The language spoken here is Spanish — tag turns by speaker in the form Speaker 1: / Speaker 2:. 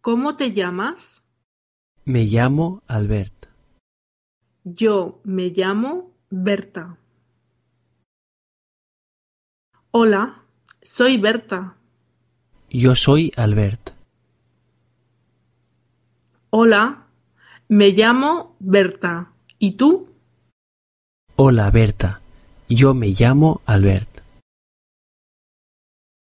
Speaker 1: ¿Cómo te llamas?
Speaker 2: Me llamo Albert.
Speaker 1: Yo me llamo Berta. Hola, soy Berta.
Speaker 2: Yo soy Albert.
Speaker 1: Hola, me llamo Berta. ¿Y tú?
Speaker 2: Hola, Berta. Yo me llamo Albert.